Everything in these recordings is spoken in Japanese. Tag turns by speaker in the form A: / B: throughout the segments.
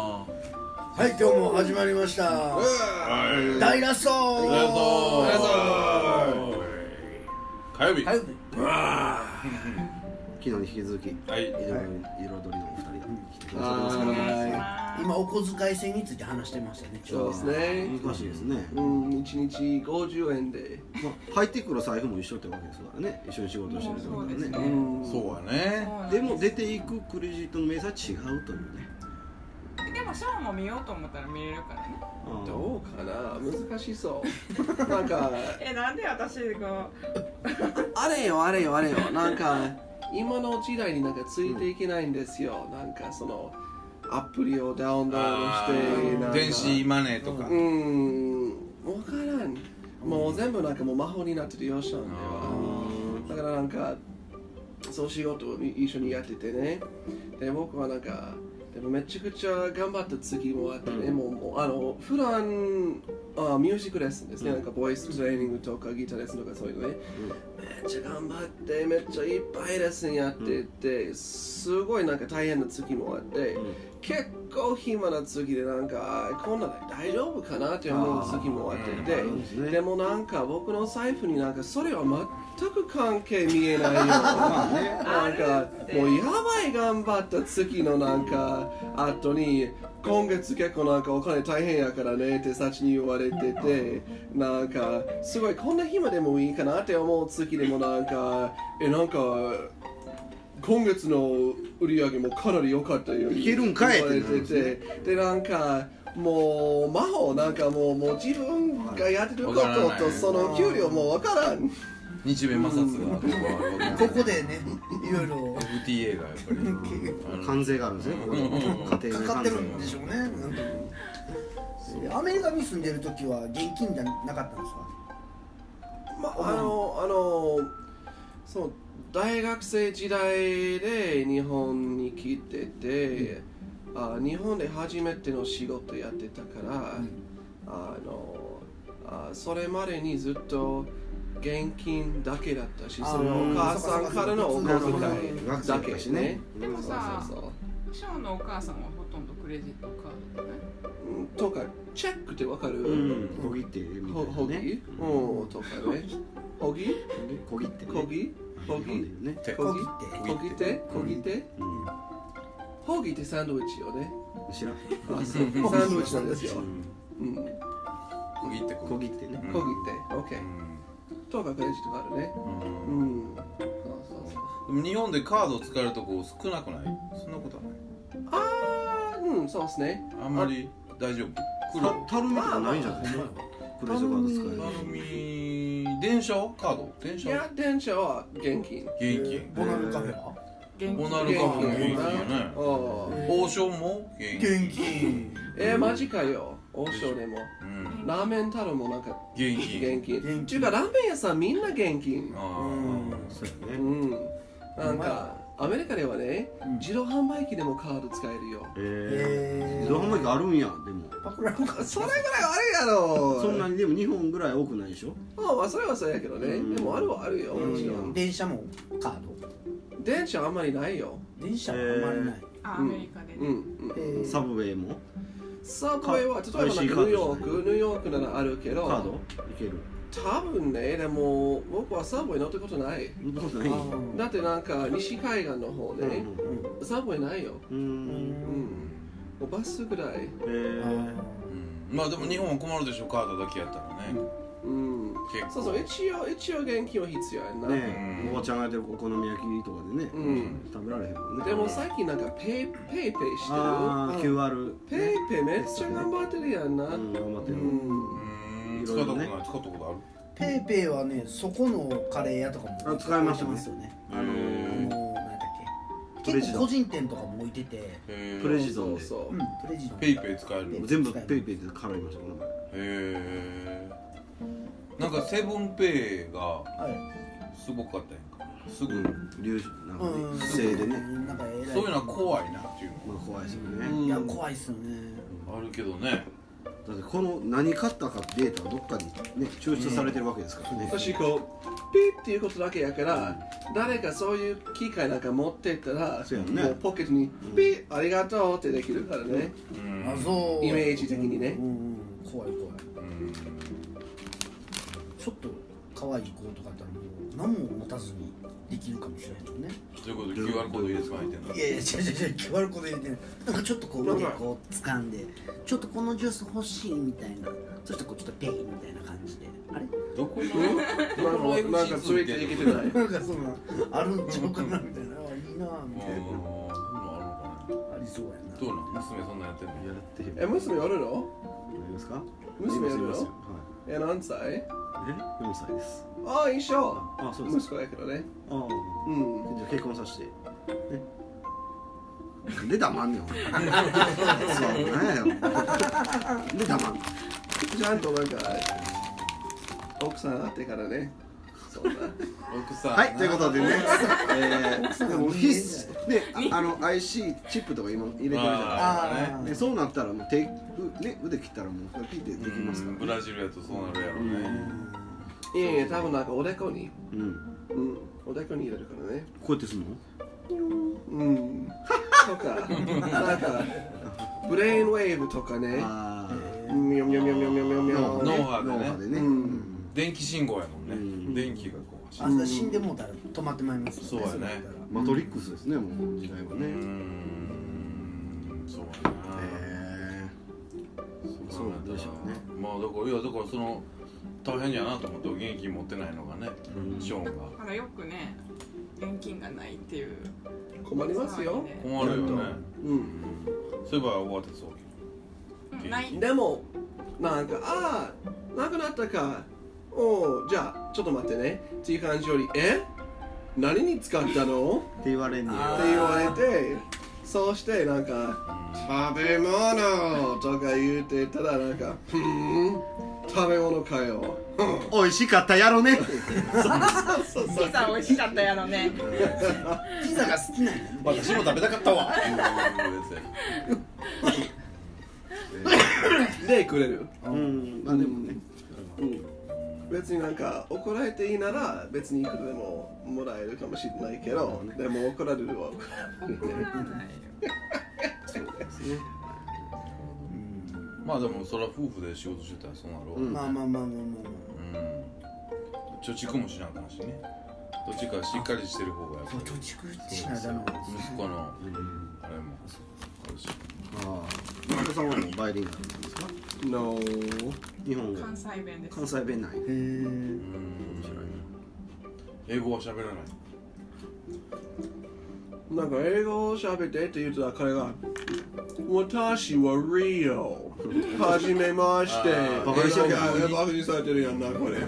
A: はい、今日も始まりました。大ラスト。
B: 大脱走
C: 火曜日
B: はい
D: 昨日に引き続き、
C: はい
D: 彩り彩りのお二人が来てくださってますから、
B: は
A: 今お小遣い制について話してましたね。
D: い
A: ち
D: そ
A: ょ
D: う
A: う
D: ですね難しいですね、
B: うん一日50円で
D: まあ、入ってくる財布も一緒ってわけですからね一緒に仕事してるってことだから
B: う
D: ね
B: ん
C: そうやね
D: でも出ていくクレジットの明細は違うというね
E: でもシャアも見ようと思ったら見れるからね
D: ど
B: どうかな難しそう なんか
E: えなんで私が
B: あれよあれよあれよなんか今の時代になんかついていけないんですよ、なんかそのアプリをダウンロードしてな
C: あー
B: んか
C: 電子マネーとか
B: うーん分からんもう全部なんかもう魔法になってるよシャンではだからなんかそうしようと一緒にやっててねで僕はなんかでもめちゃくちゃ頑張った次もあってね、もうもうあの普段あミュージックレッスンですね、なんかボイストレーニングとかギターレッスンとかそういうのね、めっちゃ頑張ってめっちゃいっぱいレッスンやってて、すごいなんか大変な月もあって、
D: ん
B: 結構暇な月でなんかあこんなの大丈夫かなって思う月もあってて
D: あーうん
B: で,、もなんか僕の財布になんかそれは全く関係見え ないよなんかもうやばい頑張った月のなんか後に今月結構なんかお金大変やからねって幸に言われててなんかすごいこんな暇でもいいかなって思う月でもなんかえなんか今月の売り上げもかなり良かったよ
D: いけるんかい
B: 言われててでなんかもう魔法なんかもうもう自分がやってるこ
C: わから
B: と
C: ない
B: とその給料もわからん
C: 日米摩擦がここは
A: ここでね、いろいろ
C: FTA がやっぱりあの
D: 関税があるんですねここに家庭内
A: かかっ
D: 関
A: て
D: 税
A: るんでしょうね。うんアメリカに住んでる時は現金じゃなかったんですか。
B: まああのあのその大学生時代で日本に来てて、あ日本で初めての仕事やってたから、あのあそれまでにずっと現金だけだったしそれはお母さんからのお小
A: そっかそ
B: 遣い
D: 学生
B: だ
D: だ
B: け
D: しね
B: ね
E: でもさ
B: そうそうそう
E: シャアのお母さんはほとんどクレジットカードだね
B: うんとかチェックってわかる、
D: うん小切手みた
B: ほ
D: い
B: ほ
D: なね
B: ぎ、うん、とかねほぎ
D: 小切手ね
B: こぎこ
D: 日本で
B: ぎ
D: いうね
C: 手
B: こぎ
A: 小
B: こぎてこぎて
D: うん
B: ホーギーってサンドイッチよね。
D: 知らん
B: あ、そう。 サンドイッチなんですよ。うん。ホーギ
C: 小切手
D: 小切手ね
B: ーって、オッケー。とかクレジットがあるね。うん。そうそうそう。
C: でも日本でカード使えるとこ少なくないそんなことはない
B: あー、うん、そうですね。
C: あんまり大丈夫来る
D: たるみとかないんじゃないですかクレジットカード使
C: 頼み電車はカード電
B: い
C: 車は
B: や、電車は現金。
C: 現金
A: ボナルカフェは。
E: 現
C: ボ
E: 金
C: ナルカフェも現金
B: 現
C: や
B: 金
C: ね
B: おー
C: 王将も現金
A: 現金。
B: えー、マジかよ。王将でも。
C: うん
B: ラーメン太郎もなんか
C: 現金
B: 現金。
A: 金
B: ちゅうか、ラーメン屋さんみんな現金。
C: あ
A: うん
C: ー。
D: えるそう
B: う
D: やね
B: ん。なんか、アメリカではね、自動販売機でもカード使えるよ。
D: えー
A: え
D: 自
A: ー
D: 動販売機あるんやでも
A: パクらんかった。
B: それぐらいあるやろ。
D: そんなにでも日本ぐらい多くないでしょ
B: まあまあそれはそうやけどね、
D: うん
B: でもあるはあるよもちろん、
A: 電車もカード。
B: 電車あんまりないよ
A: 電車はあんまりない。
E: あアメリカで
B: うん、う
E: ね
B: ん、
A: えー
D: サブウェイも
B: サブウェイは例えばなんかニューヨークニューヨークならあるけ
D: カ
B: ど
D: ードいける
B: 多分ねでも僕はサブウェイ乗ったことない
D: そうない
A: うん
B: だってなんか西海岸の方で、サブウェイないよ
D: う
A: うん
B: うん
A: ん。
B: もうバスぐらい
D: えー
C: うんまあでも日本は困るでしょカードだけやったらね
B: うん
C: 結構
B: そうそう一応一応現金は必要やんな、
D: ね
C: う
D: え
C: ん
D: おばちゃんがやってるお好み焼きとかでね
B: うん
D: 食べられへんもんね
B: でも最近なんかペイペイペイしてる
D: ああ QR
B: ペイペイめっちゃ頑張ってるやんな、
D: うん頑張って
B: う
D: る
C: うんん
D: い
C: 使っ
D: ろい
C: たこと
D: ろ
C: な
D: ね
C: い使ったことある
A: ペイペイはね、そこのカレー屋とかも
D: あ使いまし
A: 置て
D: たね
A: ますよね。
D: あの
A: あの
D: ー
A: ー、なんだっけ。
D: プレ
A: 結
D: ジド
A: 構個人店とかも置いてて、
C: へ
D: プレジド
B: そ
D: ン
B: う
D: で
B: そう
A: うん、プレジドン。
C: ペイペイ使える
A: ペイ
D: 全部ペイペイで払いましたこの前
C: へえんかセブンペイが
A: は
C: すごかったやんかすぐ、
D: うん流なんか
A: い。
D: ね不正でね。
A: なんか偉い。
C: そういうのは怖いなっていうの
D: まあ怖いですよ
B: うん
D: ね
A: いや怖いっすよね。
C: はあるけどね
D: だってこの何買ったかデータはどっかにね抽出されてるわけですからね、
B: もしこうピッっていうことだけやから、誰かそういう機械なんか持ってったら
D: そうやんね
B: もうポケットにピッ、ありがとうってできるからね、
C: うん
A: あそう
B: イメージ的にね
A: うんうん怖い怖い
C: うん
A: ちょっと可愛い子とかだったらもう何も持たずにできるかもしれないもんね
C: ということで QR コードいいですか入ってんの
A: いやいや違う違う違う決まること言うてない
F: なんかちょっとこう腕こう掴んでちょっとこのジュース欲しいみたいなそしてこうちょっとペイみたいな感じであれ
C: どこの
B: なんか
C: どこの
B: なんか
C: MC
B: ついていけてない
A: なんかそんなあるんちゃうかなみたいなあいいなみた
C: あー
A: い
C: そういうのあるのか
A: なありそうや
C: な
A: な
C: どうなの娘そんなんやってんの
D: やってる
B: え娘やるの
D: やりますか
B: 娘や
D: やり
B: る
D: ますよ
B: のえ何歳
D: はいえ4歳です
B: ああ一緒
D: ああそうです
B: 息子やけどね
D: ああ
B: うん
D: じゃあ結婚させてねで黙んねん ほんまそうなんやよで黙んね
B: ちゃんとなんか奥さんあってからねそん な
C: 奥さん
D: はいということ でねえーでも必須ねああの IC チップとか今入れてるじゃ
A: あ
D: な
A: あ
D: いでそうなったらもう手うね腕切ったらもうピッて
C: うん
D: できますから
C: ブラジルやとそうなるやろ
D: う
C: ね
D: ん
B: いやいや多分なんかおでこに
D: うん
B: うんおでこに入れるからね
D: こうやってすんの
B: うんとか なんかブレインウェーブとかね
D: あ
B: ミョミョミョミョミョミョミ
D: ー
B: ョ
C: 脳波でね
D: 脳波でね
B: う
D: うんん
C: 電気信号やもんね、
D: うん
C: 電気がこう走
A: あ
C: る、
A: んた死んでもうたら止まってまいります
C: そうやね
A: なったら
D: マトリックスですねもう時代は
C: うー
D: ね
C: んそうやな、
D: えそうなんでしょうね
C: まあだからいやだからその大変やなと思って現金持ってないのがね、
D: うん
C: ショーンが
E: だからよくね現金がないっていう
B: 困りますよ
C: 困るよね、
B: う
C: うんん、そういえば終わってそう
E: うんない
B: でもなんかああなくなったかおうじゃあちょっと待ってねっていう感じよりえ何に使ったの
D: って言われんね
B: って言われてそうしてなんか食べ物とか言うてたらなんかふーん食べ物かよふん
D: 美味しかったやろね
B: そうそう
E: ピザ美味しかったやろね
A: ピザが好きなんやね
C: 私も食べたかったわ
B: でくれる
D: うんまあでもね
B: うん別になんか怒られていいなら別にいくらでももらえるかもしれないけどでも怒られるは怒られる
E: 怒らないよ
C: まあでもそれは夫婦で仕事してたらそうなるわ、
D: うん
A: まあまあまあまあまあま
C: うん貯蓄もしなあかんしねどっちかしっかりしてる方がやっ
A: あ
C: ぱ
A: そう
C: り
A: 貯蓄しなダメなんです
C: 息子の
D: うん
C: あれもあるし
D: ああ中田さんはもうバイリンガルなんですか
B: No
D: 日本語
E: 関西弁です
D: 関西弁内
A: へえ
C: うん英語は喋らない
B: なんか英語を喋ってって言うとたら彼が「私はリオ」「はじめまして」
C: あー
D: バカにしてるや
B: 英
D: ん
B: 語がバカにされてるやんなこ れ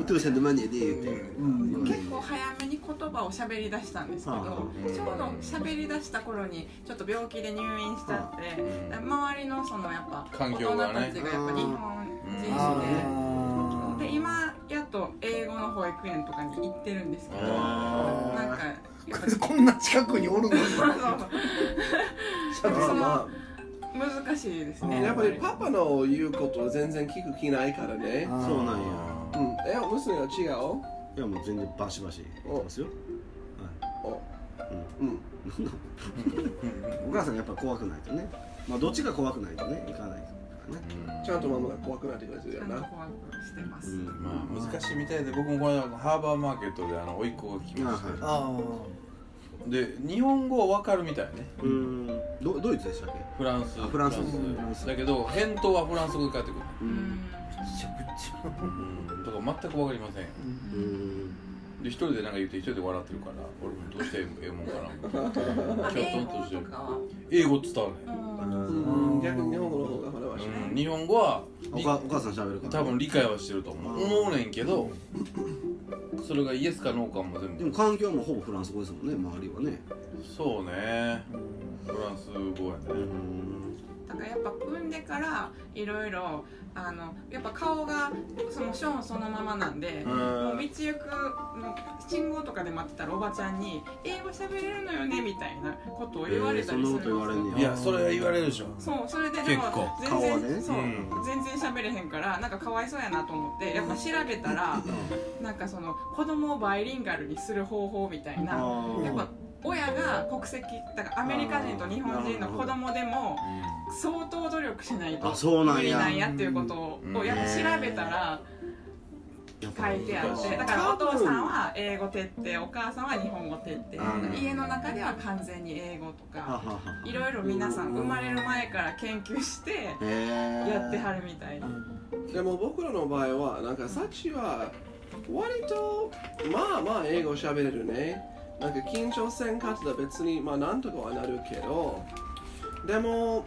D: お父さんのマネーで言うて
B: うん
E: 結構早めに言葉を喋り出したんですけど、
C: はい
E: ちょうど喋り出した頃にちょっと病気で入院しちゃって、
C: うん
E: 周りのそのやっぱ
C: 環境がね
E: 大人たちがやっぱ日本
C: あ
E: 人で。で今やっと英語の保育園とかに行ってるんですけどなん
C: あ
E: か
D: あ
E: や っぱ
A: こんな近くにおるのに
B: まあま
E: 難しいです
B: あ
E: ね
B: やっぱりパパの言うことは全然聞く気ないからね
A: あー
D: そうなんや
C: あ
B: うんえ娘は違う
D: いやもう全然バシバシ言ってますよ
B: おうん
D: お母さんがやっぱ怖くないとねまあどっちが怖くないとねいかないからね
C: うん
B: ちゃんとママが怖くなってくれてる
E: ち
B: よ
E: ゃんと
B: な
E: 怖くしてます、
D: うん
C: まあ難しいみたいで僕もこの間ハーバーマーケットであの甥っ子が来まし
D: あ
A: ああ
C: たで日本語わかるみたいね
D: うんどドイツでしたっけ
C: フランス
D: あフラン
C: フ
D: ス
C: ラン
D: う
C: ス
D: ん
C: だけど返答はフランス語で返ってくる
E: う
D: うんん
A: めちゃくちゃ
C: うんとか全くわかりません
D: うん
C: で一人でなんか言って一人で笑ってるから俺もどうしてええもんかな
E: あ
C: きょと
E: 英
C: んと
E: 語
C: して
E: と
C: る
E: かは
C: 英語伝わら
E: う
C: なん
B: うん逆に日本語の方がほらわし
C: い、うん、日本語は
D: おかお母さん喋るから
C: 多分理解はしてると思う思うねんけどそれがイエスかノーかも全
D: でも
C: 部
D: 環境もほぼフランス語ですもんね周りはね
C: そうねフランス語やね
D: うん
E: だからやっぱ産んでからいろいろあのやっぱ顔がそのショーンそのままなんで、もう道行くの信号とかで待ってたらおばちゃんに「英語喋れるのよね」みたいなことを言われたりするんですよ、
D: ん
C: いやそれは言われるでしょ
E: そうそれででも
C: 結構
E: 全
D: 顔は
E: 然、
D: ね
E: そう、
C: うん
E: 全然喋れへんからなんかかわいそうやなと思ってやっぱ調べたらなんかその子供をバイリンガルにする方法みたいなやっぱ親が国籍だからアメリカ人と日本人の子供でも相当努力しないと
D: あそうなんや
E: 無理なんやっていうことを
C: うん
E: をやっぱ調べたら書いてあってだからお父さんは英語徹底お母さんは日本語徹
D: うん
E: 底家の中では完全に英語と
D: は
E: か
D: はは。
E: いろいろ皆さん生まれる前から研究してやってはるみたいな
B: でも僕らの場合はなんかサチは割とまあまあ英語喋れるねなんか緊張せんかったら別にまあなんとかはなるけどでも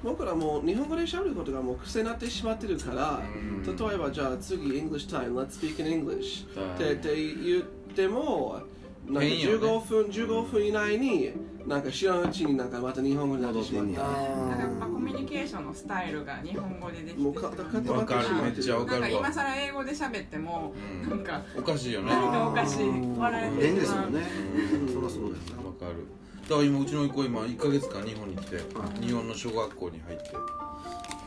B: 僕らもう日本語で喋ることがもう癖になってしまってるから例えばじゃあ次 English time let's speak in English ってって言ってもなんか
C: 変よね
B: 15分15分以内になんか知らんうちになんかまた日本語になってしまっ
D: 戻ってんねや
B: た
E: だからやっぱコミュニケーションのスタイルが日本語でできてし
B: も
E: ま
B: う
E: う
B: か
E: な
B: 固まってしま
C: わかる
B: っ
C: め
B: て
C: っちゃわ
E: んか今更英語で喋っても
C: うん
E: なんか
C: おかしいよね
E: 何かおかしい笑え
D: 変で
E: てし
D: す
E: ま
D: も
E: うん
D: ね
C: うん
D: そりゃそうだ
C: わ
D: よ
C: かるだから今うちの子今1か月間日本に来て日本の小学校に入って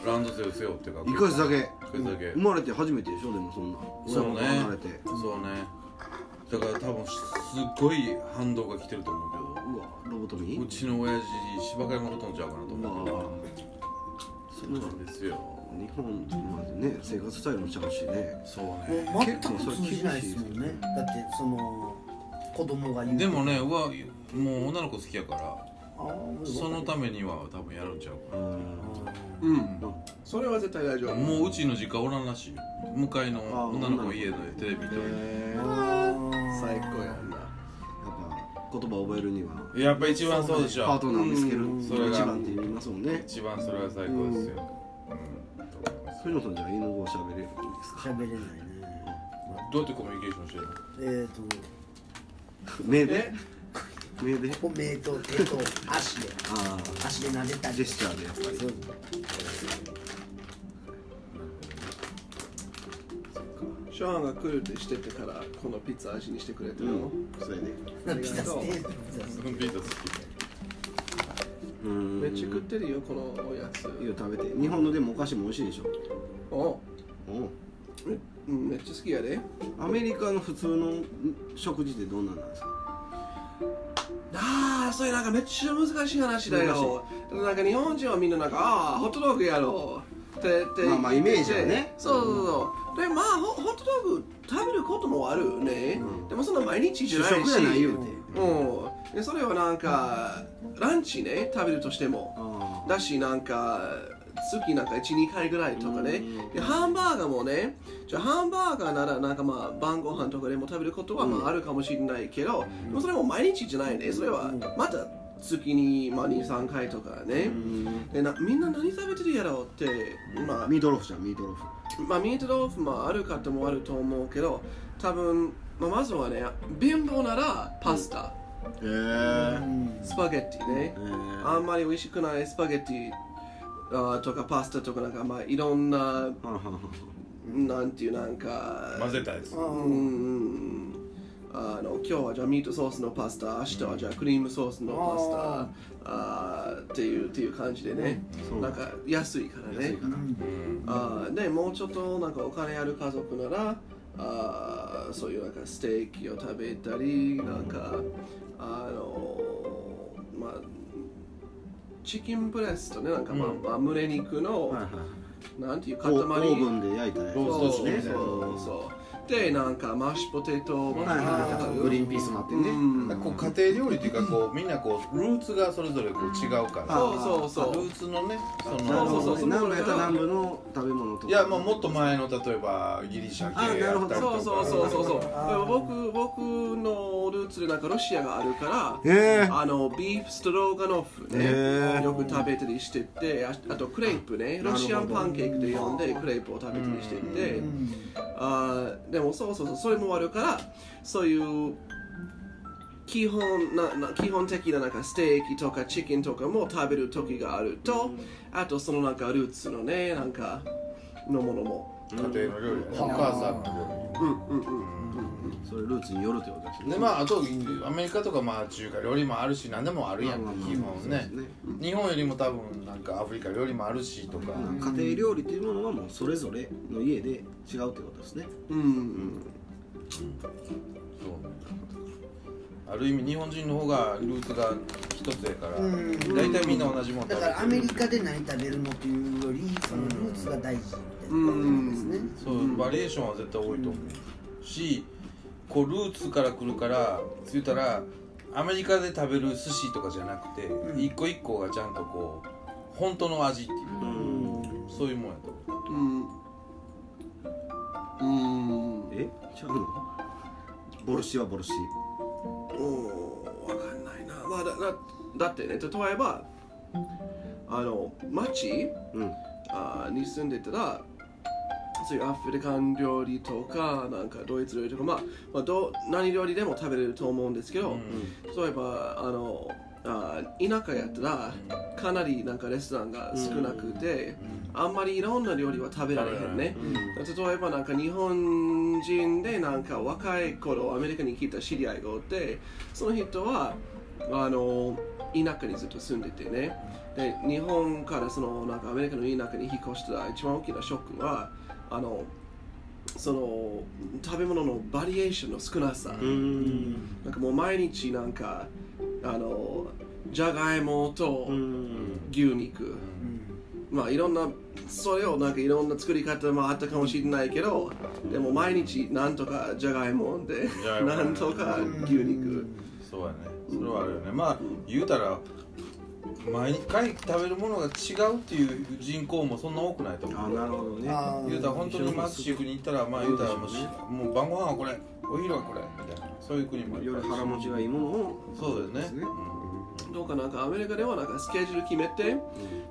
C: ランドセル背負って学
D: な1
C: 校
D: ヶ月だけ
C: ヶ月だけ
D: 生まれて初めてでしょでもそんな
C: そうね
D: 親元離れて
C: そうねだから多分すっごい反動が来てると思うけど
D: うわロボトミ
C: うちの親父芝刈りもほとんどちゃうかなと
D: まあ
C: 思う
D: そ
C: そう
D: うな
C: なん
D: んで
C: ですよ
D: 日本とまでね生活スタイルもちゃうしね
C: そうね
A: もう全く通じないですもんねだってその子供が言う
C: でもねうわもう女の子好きやから
A: あー
C: そのためには多分やるんちゃう
D: う
C: か
A: あ
D: ん
A: ー
B: うん
C: な
B: それは絶対大丈夫
C: もううちの実家おらんらしいよ向かいの
D: あ
C: 女の子の家でテレビ見てる
D: へー
B: 最高やんな
D: やっぱ言葉覚えるには
C: やっぱ一番そうでし
D: パー
C: ょ
D: トナー見つける
C: それが
D: 一番って言いますもんね
C: 一番それは最高ですようんと思います
D: 藤野さんじゃあ犬語喋れるんですか
A: 喋れないね
C: どうやってコミュニケーションしてるの
A: えーと
D: 目で
B: え
D: 目で
A: おめと手と足で
D: あ
A: 足で撫でた
D: あ
A: り
D: ジェスチャーでやっぱり
A: そう
B: ショーンが来るってしててからこのピッツァ味にしてくれてるの、
D: それで
B: あり
A: ピ
B: が
A: ザス
B: とう
A: テーキピザステー
C: ビート好き
D: うん
B: めっちゃ食ってるよこのおやつ
D: いいよ食べて日本のでもお菓子も美味しいでしょ
B: お
D: おう
B: めうんめっちゃ好きやで
D: アメリカの普通の食事ってどんなんなんですか
B: ああそれなんかめっちゃ難しい話だよだからなんか日本人はみんななんかああホットドッグやろうってって
D: まあまあイメージはね
B: そうそうそうでまあホホットドッグ食べることもあるね、
D: うん
B: でもそんな毎日じゃ
D: 主
B: ないし
D: 食じゃないよって
B: うんでそれはなんかランチね食べるとしても
D: あ
B: だしなんか月なんか12回ぐらいとかね
D: うん
B: でハンバーガーもねじゃあハンバーガーならなんかまあ晩ご飯とかでも食べることはまああるかもしれないけど、でもそれも毎日じゃないねそれはまた月にまあ23回とか
D: あ
B: ね、でなみんな何食べてるやろうって、まあ、
D: ミートローフじゃんミートローフ
B: まあ、ミート豆腐もある方もあると思うけど多分、まあ、まずはね貧乏ならパスタ、
D: へえ
B: スパゲッティね、あんまり美味しくないスパゲッティあーとかパスタとかなんかまあいろんななんていうなんか
C: 混ぜたやつ
B: うんうんうんあの今日はじゃあミートソースのパスタ明日はじゃあクリームソースのパスタ
A: あ
B: あーっていうっていう感じでね
D: そう
B: なんか安いからね
D: 安いから
C: うん
B: あーでもうちょっとなんかお金ある家族ならあーそういうなんかステーキを食べたりなんかあのーまあチキンブレストねなんかまあ、
C: うん
B: まあ、胸肉の、
D: はいはいはい
B: なんていう
D: オ
B: 塊
D: ーオーブンで焼いたやつ
C: ロ
B: そう
C: ース
B: そう
C: トね
B: そうそうでなんかマッシュポテト
D: はいはいはいグリーンピースもあってね
B: うん
C: こう家庭料理っていうかこうみんなこうルーツがそれぞれこう違うから
B: そうそうそう
C: ルーツのねそ
D: なる
C: の
D: ほ
B: そうそう
D: ど
B: そう
D: ね南部やったら南部の食べ物とか
C: いやまあもっと前の例えばギリシャ系やったりと
B: そ
C: か
B: うそうそうそうそう
A: あー
B: 僕僕のルーツでなんかロシアがあるから
D: え
B: あのビーフストローガノフ
D: へ
B: ね
D: ー
B: よく食べたりしててああとクレープねロシアンパンケーキで呼んでクレープを食べたりしててあーでもそうそうそうそれもあるからそういう基本なな基本的ななんかステーキとかチキンとかも食べる時があると、あとそのなんかルーツのねなんかのものも
C: 家庭の料理だねお母さんの
B: うんうんうん
C: 料
D: それルーツによるということです
C: 理でまああとアメリカとかまあ中華料理もあるし何でもあるやん基本ね日本よりも多分なんかアフリカ料理もあるしとか
D: まあ家庭料理というものはもうそれぞれの家で違うということですね
B: うん
C: そうねある意味日本人の方がルーツが一つやから
F: うん
C: 大体みんな同じもん食べ
F: だ
C: て
F: か
C: る
F: らアメリカで何食べるのというよりそのルーツが大事みたいなことですね
C: そうバリエーションは絶対多いと思うしこうルーツから来るから言ったらアメリカで食べる寿司とかじゃなくて
F: うん
C: 一個一個がちゃんとこう本当の味っていうそういうもんやと思う
B: うんうん
D: え違うのボルシはボルシ
B: おーわかんないな、まあ、だだだってね例えばあの町
D: うん
B: あーに住んでたらそういうアフリカン料理とかなんかドイツ料理とか、まあまあ、どう何料理でも食べれると思うんですけど、例えばあのあー田舎やったらかなりなんかレストランが少なくて、あんまりいろんな料理は食べられへんね、例えばなんか日本人でなんか若い頃アメリカに来た知り合いがおってその人はあの田舎にずっと住んでてねで日本からそのなんかアメリカの田舎に引っ越した一番大きなショックはあのその食べ物のバリエーションの少なさ、
D: うん
B: なんかもう毎日なんかあのじゃがいもと
D: うん
B: 牛肉、まあいろんなそれをなんかいろんな作り方もあったかもしれないけどでも毎日なんとかじゃがいもで
C: じゃがいもね
B: なんとか牛肉
C: そうやねそれはあるよねまあ言うたら毎回食べるものが違うっていう人口もそんな多くないと思
D: あ
C: う
D: なるほどね
F: あー
C: 言うたら本当にマッシフに行ったらまあ言うたらもうしもう晩ご飯はこれお昼はこれみたいなそういう国もあるか
D: 夜
C: ら
D: 腹持ちがいいものを
C: そうだよね
D: ですね
B: どうかなんかアメリカではなんかスケジュール決めて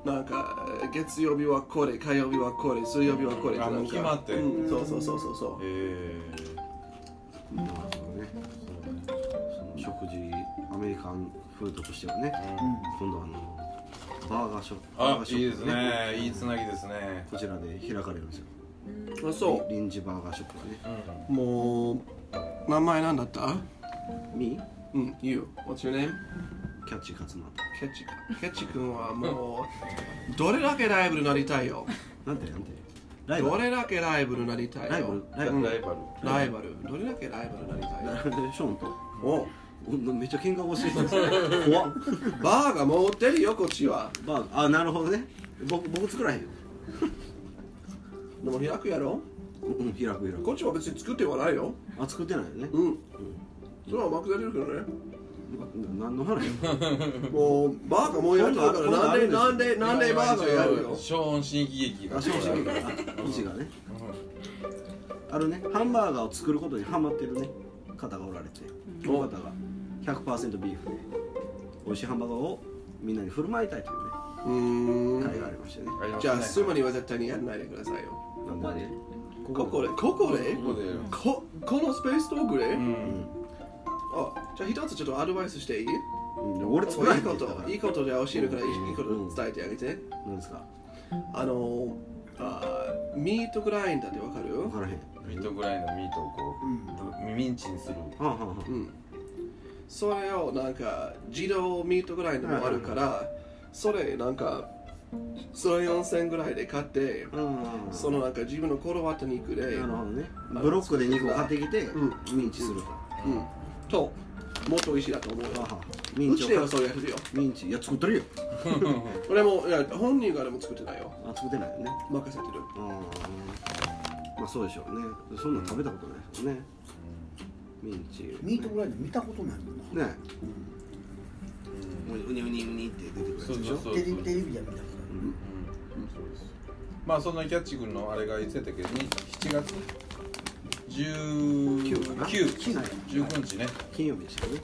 B: なんかえー月曜日はこれ火曜日はこれ水曜日はこれ
C: うん
B: なん
C: あも
B: か
C: う決まって
B: うんそうそうそうそうそう
C: へえそうだね
D: なるほどねその食事アメリカンフードとしてはね今度はあのバーガーショップバー
C: あ
D: ガーショ
C: いい
D: ッ
C: です
D: プ
C: ねいいつなぎですね
D: こちらで開かれるんですよ
B: あそ
D: 臨時バーガーショップがね
B: うもう名前なんだった
D: ミ
B: うん You What's your name?
D: キャッチ勝間
B: ケチかケチ君はもうどれだけライブルになりたいよ
D: なんてなんてライバ
B: ど
D: ル
B: れだけライブルになりたいよ
D: ライバルライバ
C: ラ
D: ル
C: ライバル
B: ライバルどれだけライバルになりたいの
D: ショーンと
B: お
D: おめっちゃ喧嘩腰してる怖っ
B: バーがもう売ってるよこっちは
D: バーガーあなるほどね僕僕作らへんよ
B: でも開くやろ
D: うん開く開く
B: こっちは別に作ってはないよ
D: あ作ってないよね
B: うんそれは甘く出てるけど ね
D: な何の話
B: もうバーがもうやるから
D: 今度
B: なんでなんでなんでバーがやるよ
C: ショーン新喜劇が
D: あ正直なうちがねあるねハンバーガーを作ることにハマってるね方がおられてこの方が100%ビーフで美味しいハンバーガーをみんなに振る舞いたいというね
B: うー
D: 会があ
B: ん
D: りましてね
B: じゃあスマ
C: に
B: には絶対にやらないでくださいよ
D: なんでね
B: ここでここで
C: ここで
B: ここのスペーストークで、
C: うん
B: あじゃあ一つちょっとアドバイスしていい
D: うん俺作ら
B: い
D: へ
B: い
D: んって
B: こ
D: 言ったか
B: と
D: ら
B: いいことで教えるからいいいいこと伝えてあげて
D: なんですか
B: あのあーミートグラインダーってわかる
D: 分からへん
C: ミートぐらいのミートをこう、ミンチにする
D: はあはあは
B: うん、それをなんか自動ミートぐらいのもあるから、それなんかそれ4000ぐらいで買って
D: あうん
B: そのなんか自分のこだわった肉で、
D: な
B: うん、
D: るほどねブロックで肉を買ってきて
B: う
D: ミンチすると
B: ともっと美味しいだと思う
D: はあ
B: よ
D: はあミン
B: う
D: チ
B: ちでは
D: を買って
B: そうやるよ
D: ミンチいや作ってるよ
B: 俺もいや本人がでも作ってないよ
D: あ作ってないよね
B: 任せてる
D: あまあそうでしょうねそんなん食べたことないですよね、ミンチ
F: ミートぐらいの見たことないもんな
D: ねうにうにうにって出てくるやつ
C: そう
D: でし
C: そ
D: ょ
C: うそう
F: テレテレビで見たこと
C: まあそんなキャッチ君のあれがいつやったっけに7月19
D: かな
C: 九
D: はい
C: 19日ね
D: 金曜日でしたよね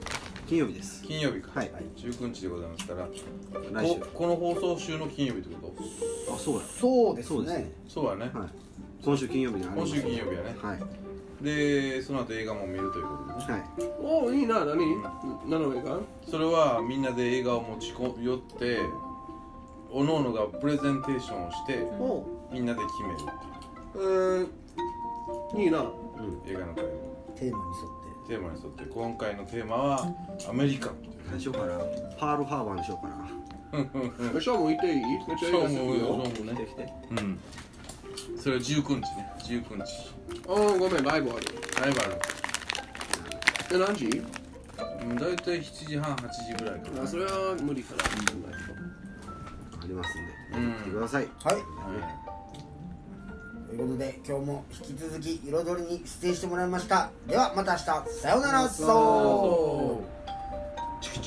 D: 金曜日です
C: 金曜日か、
D: はい
C: 19日でございますから
D: 来週
C: ここの放送週の金曜日ってこと
D: あそうや
F: そうです
D: そうです
F: ね
D: ね
C: そうやね、
D: はい今週金曜日にありま
C: 今
D: す
C: 週金曜日やね
D: はい
C: でその後映画も見るということでね
D: はい
B: おおいいな何何の映画
C: それはみんなで映画を持ちこ寄っておのおのがプレゼンテーションをして
B: おお
C: みんなで決めるっ
B: うーんいいな
C: ていう映画の会を
A: テーマに沿って
C: テーマに沿って今回のテーマはアメリカ
D: 何しようかなパールハーバーにしようかな
B: えショーもいていいめっちゃいい
C: そう
B: で
C: 思
B: すよ
C: うよそう思う
D: 来て
C: ね
D: 来て
C: うんそれは19日ね19日
B: ああごめんライブある
C: ライバル
B: え何時
C: うん大体7時半8時ぐらいかな
B: あそれは無理かな
D: ありますんで
C: うん
D: 来てください
A: はい
C: は
A: ということで今日も引き続き彩りに出演してもらいましたではまた明日さようなら
C: い
A: そう
C: う